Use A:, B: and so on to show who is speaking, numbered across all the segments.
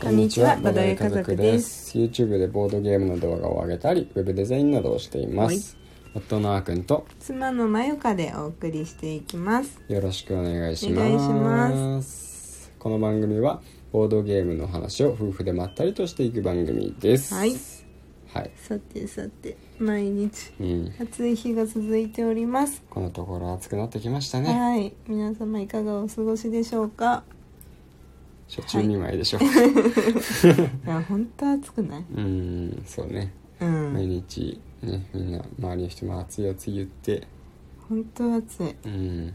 A: こんにちはボードゲー家族です
B: YouTube でボードゲームの動画を上げたりウェブデザインなどをしています夫のあーくんと
A: 妻のまゆかでお送りしていきます
B: よろしくお願いし
A: お願い
B: ま
A: し
B: す
A: ま
B: この番組はボードゲームの話を夫婦でまったりとしていく番組です
A: はい
B: はい
A: さてさて毎日
B: うん
A: 暑い日が続いております
B: このところ暑くなってきましたね
A: はい皆様いかがお過ごしでしょうか
B: 初中見舞いでしょう、
A: いや本当暑くない
B: うんそうね
A: うん
B: 毎日ねみんな周りの人も暑い暑い言って
A: 本当暑い
B: うん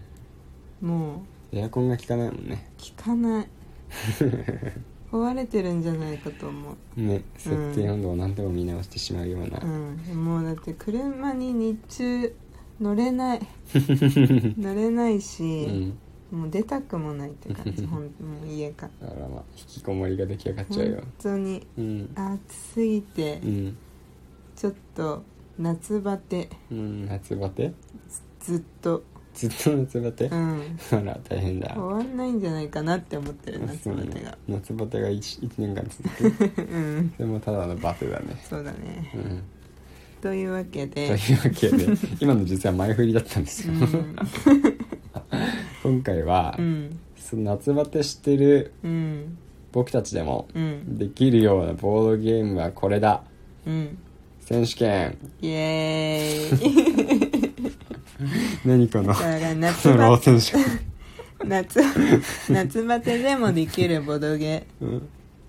A: も
B: エアコンが効かないもんね
A: う効か ない壊れてるんじゃないかと思う
B: ね設定温度を何でも見直してしまうような、
A: うんもうだって車に日中乗れない乗れないし、
B: うん
A: もう出たくもないって感 じほんもう家が
B: だからまあ引きこもりが出来上がっちゃうよ
A: 本当に
B: うん
A: 暑すぎて
B: うん、
A: ちょっと夏バテ
B: うん、夏バテ
A: ずっと
B: ずっと夏バテ、
A: うん
B: あら大変だ
A: 終わんないんじゃないかなって思ってる夏
B: そう
A: バ
B: ね
A: テ が
B: 夏バテが 1, 年間続く
A: うん
B: それもただのバテだね
A: そうだね
B: うん
A: というわけ
B: とい
A: で、
B: うわけで今の実は前振りだったんです
A: う
B: よ、
A: ん、
B: 今回は、
A: うん
B: その夏バテしてる
A: うん
B: 僕たちでも
A: うん
B: できるようなボードゲームはこれだ
A: うん
B: 選手権
A: イエーイ
B: 何この
A: だから
B: こ
A: 夏
B: のロ
A: バ
B: ー選手権
A: 夏夏バテでもできるボドゲ
B: うん
A: っ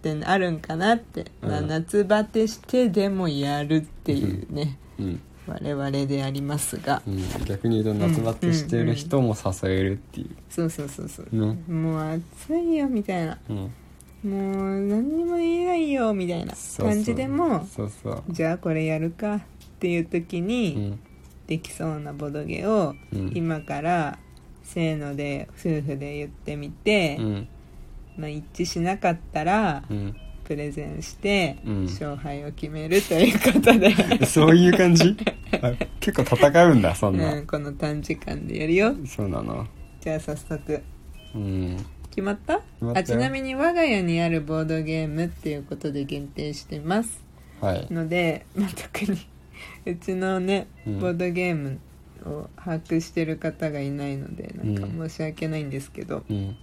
A: てあるんかなって、まあ
B: うん
A: 夏バテしてでもやるっていうね、
B: うん
A: 我々でありますが、
B: うん逆に言うと夏バテしてる人も誘えるっていう
A: そうそうそうそう、
B: ね
A: もう暑いよみたいな
B: うん
A: もう何にも言えないよみたいな
B: そうそう
A: 感じでも
B: そうそう
A: じゃあこれやるかっていう時
B: う
A: に
B: ん
A: できそうなボドゲを
B: うん
A: 今からせーので夫婦で言ってみて、
B: うん
A: まあ、一致しなかったら
B: うん
A: プレゼンして、
B: うん
A: 勝敗を決めるということで、
B: そういう感じあ結構戦うんだそんな、
A: うん、この短時間でやるよ
B: そうなの
A: じゃあ早速
B: うん
A: 決まった
B: まったよ
A: あちなみに我が家にあるボードゲームっていうことで限定してます
B: はい
A: ので、まあ、特にうちのね、
B: うん
A: ボードゲームを把握してる方がいないのでなんか
B: うん
A: 申し訳ないんですけど、
B: うん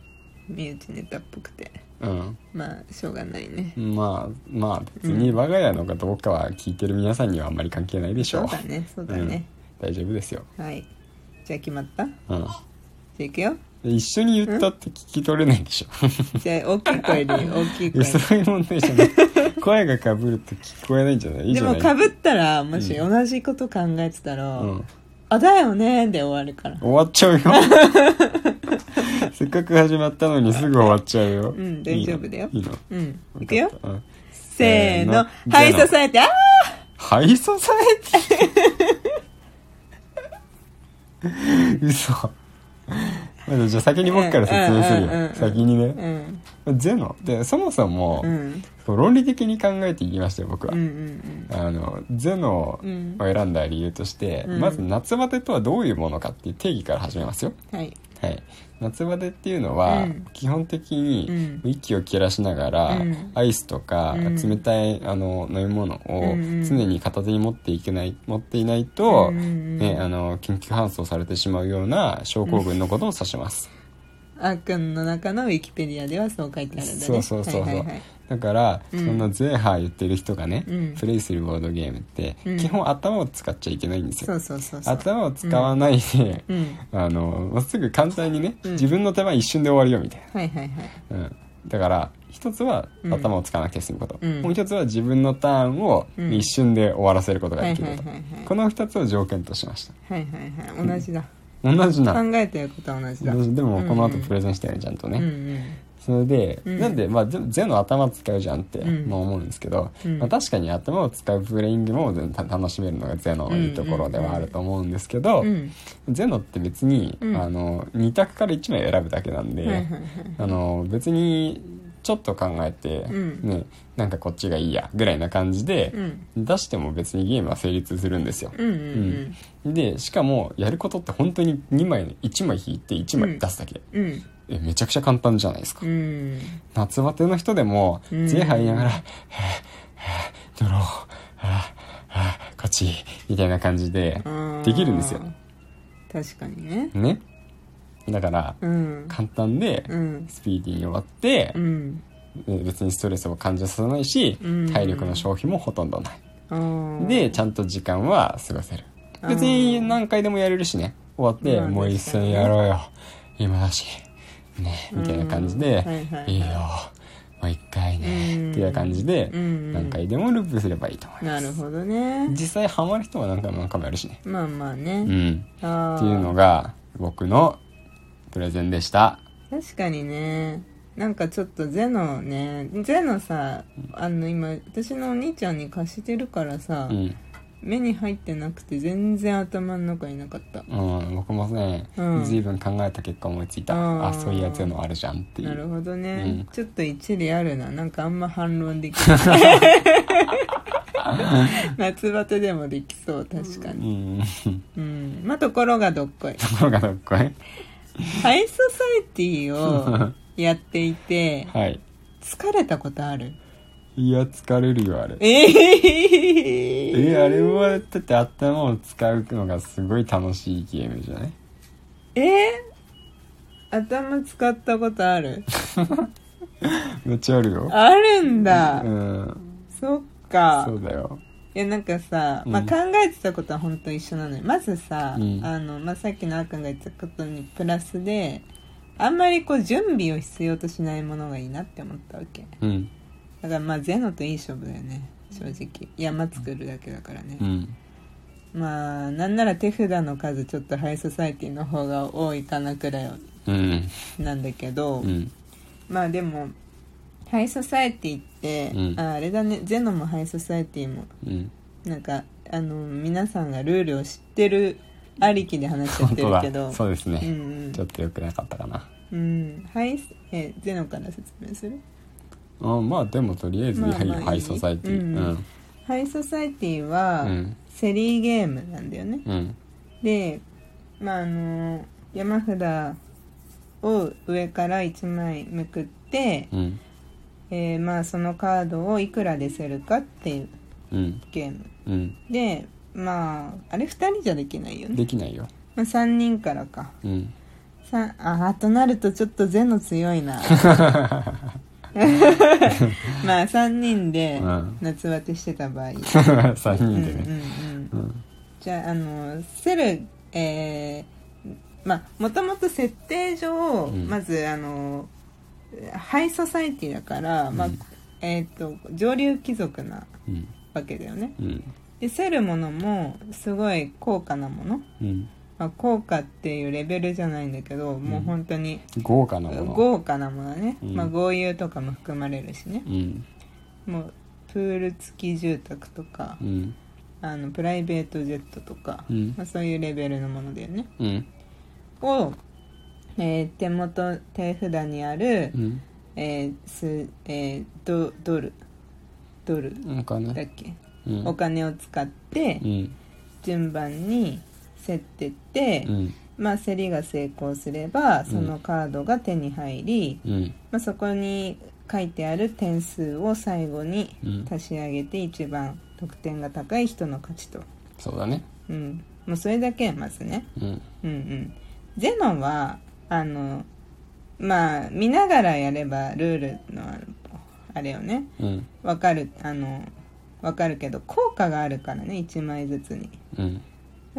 A: 身内ネタっぽくて
B: うん
A: まあしょうがないね
B: まあまあ別に我が家のかどうかは聞いてる皆さんにはあんまり関係ないでしょ
A: そうだねそうだね、
B: 大丈夫ですよ
A: はいじゃあ決まったじゃ
B: うん
A: あいくよ
B: 一緒に言ったって聞き取れないでしょ
A: じゃあ大きい声 でいい大
B: い
A: きい
B: や
A: 声で
B: そういう問題じゃない 声がかぶると聞こえないんじゃないいいじ
A: で
B: ゃな
A: も
B: い
A: かぶったらもし
B: う
A: 同じこと考えてたら「
B: うん、
A: あだよね」で終わるから
B: 終わっちゃうよ せっかく始まったのにすぐ終わっちゃうよ
A: うん大丈夫だよ
B: いいの
A: うんいくよ
B: 分かったうん
A: せーの
B: せ
A: 「
B: ーの
A: はい支えてあ
B: ハイソサエティ嘘まだじゃあ先に僕から説明するよ、
A: うんうんうんうん
B: 先に
A: ー!」う
B: ね、
A: ん
B: ゼノってそもそも、
A: うん
B: そう論理的に考えていきましたよ僕は、
A: うんうん
B: あのゼノを
A: うん
B: 選んだ理由として、
A: うん
B: まず夏バテとはどういうものかっていう定義から始めますよ、
A: うんはい
B: はい、夏バテっていうのは、
A: うん
B: 基本的に
A: う
B: 息を切らしながら、
A: うん
B: アイスとか、
A: うん
B: 冷たいあの飲み物
A: う
B: を
A: んうん
B: 常に片手に持っていけない持っていないと、
A: うんうんうん
B: ね、あの緊急搬送されてしまうような症候群のことを指します。
A: あーくんの中のウィキペディアではそう書いてあるんだね
B: そうそうそうそう
A: はいはいはい
B: だから、
A: う
B: そ
A: ん
B: んなゼーハー言ってる人がね、
A: うん
B: プレイするボードゲームって、
A: うん
B: 基本頭を使っちゃいけないんです
A: そ
B: よ
A: うそうそうそう
B: 頭を使わないで、
A: うん
B: あのまっすぐ簡単にね、
A: うん
B: 自分の手前一瞬で終わるよみたいな
A: はいはいはい
B: うん、だから一つは
A: うん
B: 頭を使わなくて済むこと、
A: うん
B: もう一つは自分のターンを
A: うん
B: 一瞬で終わらせることが
A: は
B: で
A: い
B: きる
A: はい
B: こと、
A: はいはい
B: この二つを条件としました
A: はいはいはい同じだ
B: 同じなの
A: 考えてることは同じだ
B: 同じでもこの
A: うんう
B: 後
A: ん
B: プレゼンしてねちゃんとね、
A: うん
B: それで、
A: うん
B: なんで、まあ、ゼゼの頭使うじゃんって、
A: うん
B: まあ、思うんですけど、
A: うん
B: まあ、確かに頭を使うプレイングも全然楽しめるのがゼのいいところではあると思うんですけど、
A: うんうん
B: ゼノって別に、
A: うん
B: あの2択から1枚選ぶだけなんで、
A: はいはいはい
B: あの別にちょっと考えて、
A: うん
B: ねなんかこっちがいいやぐらいな感じで、
A: うん
B: 出しても別にゲームは成立するんですよ、
A: うんうん
B: でしかもやることって本当に2枚1枚引いて1枚出すだけ、
A: うんうん
B: えめちゃくちゃ簡単じゃないですか、
A: うん
B: 夏バテの人でも
A: うん
B: 杖入りながら「はぁはぁドローはぁはぁこっち」みたいな感じで
A: あー
B: できるんですよ
A: 確かにね
B: ねだから
A: うん
B: 簡単で
A: うん
B: スピーディーに終わって
A: う、ん
B: え別にストレスを感じさせないし、
A: うん
B: 体力の消費もほとんどない、
A: あー
B: でちゃんと時間は過ごせる
A: あー
B: 別に何回でもやれるしね終わって、
A: まあ
B: もう一戦やろうよ今だしねみたいな感じで、
A: うんはいはいはい
B: いよもう一回
A: う
B: ね
A: ん
B: っていう感じで、
A: うん
B: 何回でもループすればいいと思いま
A: な
B: す
A: るほどね
B: 実際ハマる人は何回も何回もやるしね
A: まあまあ
B: う
A: ね、
B: ん
A: ああ
B: っていうのが僕のプレゼンでした
A: 確かにねなんかちょっとゼノねゼノさあの今私のお兄ちゃんに貸してるからさ、
B: うん、
A: 目に入ってなくて全然頭の中いなかった
B: うん、僕もね、
A: うん
B: 随分考えた結果思いついた
A: あー
B: あそういうやついうのあるじゃんってい
A: な
B: う
A: るほどね、
B: うん
A: ちょっと一理あるななんかあんま反論できない 夏バテでもできそう確か
B: う
A: に
B: ん
A: うんまあところがどっこい
B: ところがどっこい
A: ハイソサイティをやっていて
B: はい
A: 疲れたことある
B: いや疲れるよあれ
A: え
B: え
A: え
B: あれはだって頭を使うのがすごい楽しいゲームじゃない
A: えー頭使ったことある
B: めっちゃあるよ
A: あるんだ、
B: うん
A: そっか
B: そうだよ
A: いやなんかさ、まあ、
B: うん
A: 考えてたことは本当一緒なのよまずさ、
B: うん
A: あのまあ、さっきのあーくんが言ってたことにプラスであんまりこう準備を必要としないものがいいなって思ったわけ
B: うん
A: だからまあゼノといい勝負だよね正直山作るだけだからね、
B: うん
A: まあなんなら手札の数ちょっとハイソサイティの方が多いかなくらい
B: うん
A: なんだけど、
B: うん
A: まあでもハイソサエティって、
B: うん
A: ああれだねゼノもハイソサエティも
B: うん
A: なんかあの皆さんがルールを知ってるありきで話しちゃっ
B: 本
A: てるけ
B: 当
A: ど
B: だそうです
A: う
B: ね、
A: ん
B: ちょっと良くなかったかな
A: うん、うん、ハイソえゼノから説明する
B: あまあでもとりあえず、
A: まあまあ
B: はい
A: い
B: ハイソサイティう
A: う
B: んん
A: ハイソサエティは、
B: うん
A: セリーゲームなんだよね
B: うん
A: でまああの山札を上から1枚めくって、
B: うん
A: えーまあそのカードをいくらでせるかっていう
B: うん
A: ゲーム
B: うん
A: でまああれ2人じゃできないよね、
B: できないよ
A: まあ、3人からか
B: うん
A: さああとなるとちょっとゼノ強いな まあ3人で
B: うん
A: 夏バテしてた場 合、
B: 3
A: うん
B: 人
A: うん
B: でね
A: うんじゃああのセルえーまあもともと設定上、
B: うん
A: まずあのハイソサイティだから、まあ
B: うん
A: えっ、と上流貴族な
B: うん
A: わけだよね
B: うん
A: でセルものもすごい高価なもの、
B: うん
A: まあ、効果っていうレベルじゃないんだけど、もう本当に
B: 豪華なもの
A: 豪華なものね、
B: うん
A: まあ、豪遊とかも含まれるしね
B: うん
A: もうプール付き住宅とか
B: うん
A: あのプライベートジェットとか、
B: うん
A: まあ、そういうレベルのものだよね
B: うん
A: を、えー手元手札にある、
B: うん
A: えーすえードドルドル
B: なんか
A: だ
B: ね
A: っけ、
B: うん
A: お金を使って
B: うん
A: 順番に競ってって、
B: うん
A: まあ、競りが成功すればそのカードが手に入り、
B: うん
A: まあ、そこに書いてある点数を最後に
B: うん
A: 足し上げて一番得点が高い人の勝ちと、
B: そうだね
A: うん、もうそれだけやまずね、
B: うん
A: うんうん、ゼノンはあのまあ見ながらやればルールのあのあれをね
B: うん
A: わかるあのわかるけど効果があるからね1枚ずつに
B: うん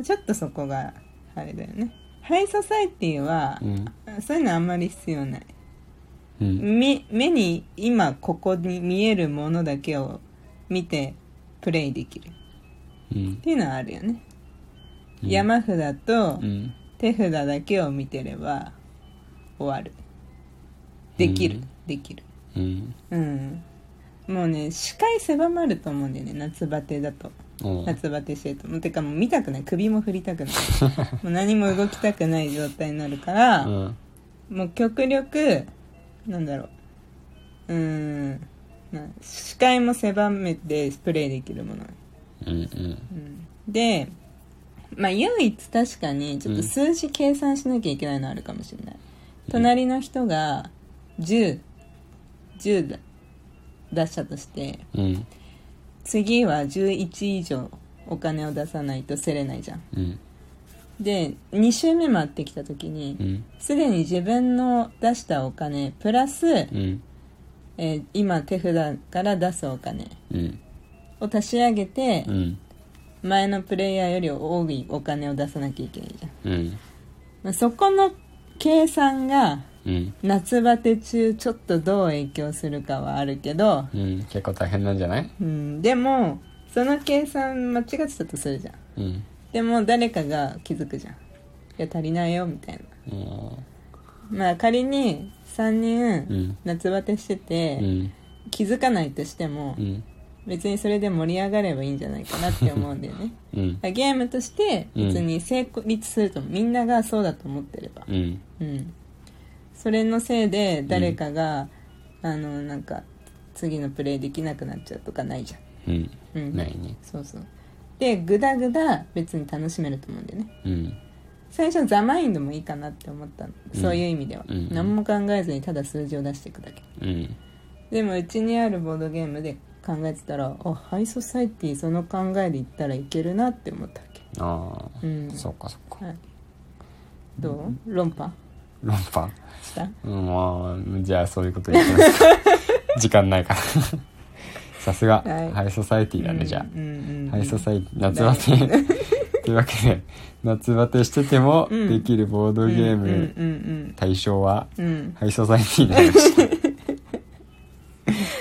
A: ちょっとそこがあれだよねハイソサイティは
B: う、ん
A: そういうのあんまり必要ない
B: うん
A: 目目に今ここに見えるものだけを見てプレイできるっ
B: うん
A: ていうのはあるよね、
B: うん
A: 山札と
B: うん
A: 手札だけを見てれば終わるできる、
B: うん
A: できる
B: うん
A: うんもうね視界狭まると思うんだよね夏バテだと
B: うん
A: 夏バテしてるともうてかもう見たくない首も振りたくない もう何も動きたくない状態になるから、
B: うん
A: もう極力なんだろううんな視界も狭めてプレイできるもの、
B: うんうん
A: うん、でまあ唯一確かにちょっと数字計算しなきゃいけないのあるかもしれない、隣の人が1010だ出したとして
B: うん
A: 次は11以上お金を出さないと競れないじゃん
B: うん
A: で2周目回ってきた時に
B: うん
A: すでに自分の出したお金プラス、
B: うん
A: えー今手札から出すお金
B: うん
A: を足し上げて
B: うん
A: 前のプレイヤーより多いお金を出さなきゃいけないじゃん、
B: うん
A: まあ、そこの計算が
B: うん
A: 夏バテ中ちょっとどう影響するかはあるけど、
B: うん結構大変なんじゃない
A: うん、でもその計算間違ってたとするじゃん
B: うん
A: でも誰かが気づくじゃんいや足りないよみたいな
B: うん
A: まあ仮に3
B: う
A: 人
B: ん
A: 夏バテしてて、
B: うん
A: 気づかないとしても、
B: うん
A: 別にそれで盛り上がればいいんじゃないかなって思うんだよね
B: うん
A: ゲームとして別に成立すると思うみんながそうだと思ってれば
B: うん
A: うんそれのせいで誰かが、あのなんか次のプレイできなくなっちゃうとかないじ
B: うん
A: ゃんうん
B: ないね
A: そうそうでグダグダ別に楽しめると思うんだよね
B: うん
A: 最初ザ・マインドもいいかなって思ったの、
B: うん
A: そういう意味では、
B: うん
A: 何も考えずにただ数字を出していくだけ
B: うん
A: でもうちにあるボードゲームで考えてたらあハイソサイティその考えでいったらいけるなって思ったわけ
B: あ
A: うん
B: あそうかそうか
A: はい、どう論破
B: 論破
A: した
B: うんまあじゃあそういうことにし ますか時間ないから さすが、
A: はい
B: ハイソサイティだね、じゃあ
A: うんうんうん
B: ハイソサイ夏バテ というわけで夏バテしてても
A: うん
B: できるボードゲーム、
A: うん
B: 対象は
A: うんうんうん
B: ハイソサイティになりま した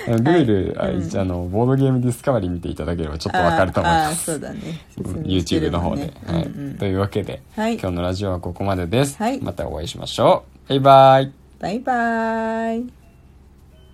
B: あのルール、
A: はい
B: あ
A: うん
B: あのボードゲームディスカバリー見ていただければちょっとわかると思い
A: あーあ
B: ま
A: ー
B: す
A: そうだね
B: うん YouTube の方で、
A: うん
B: はい
A: うん
B: というわけで、
A: はい
B: 今日のラジオはここまでです、
A: はい
B: またお会いしましょうバイバイ
A: バイバーイ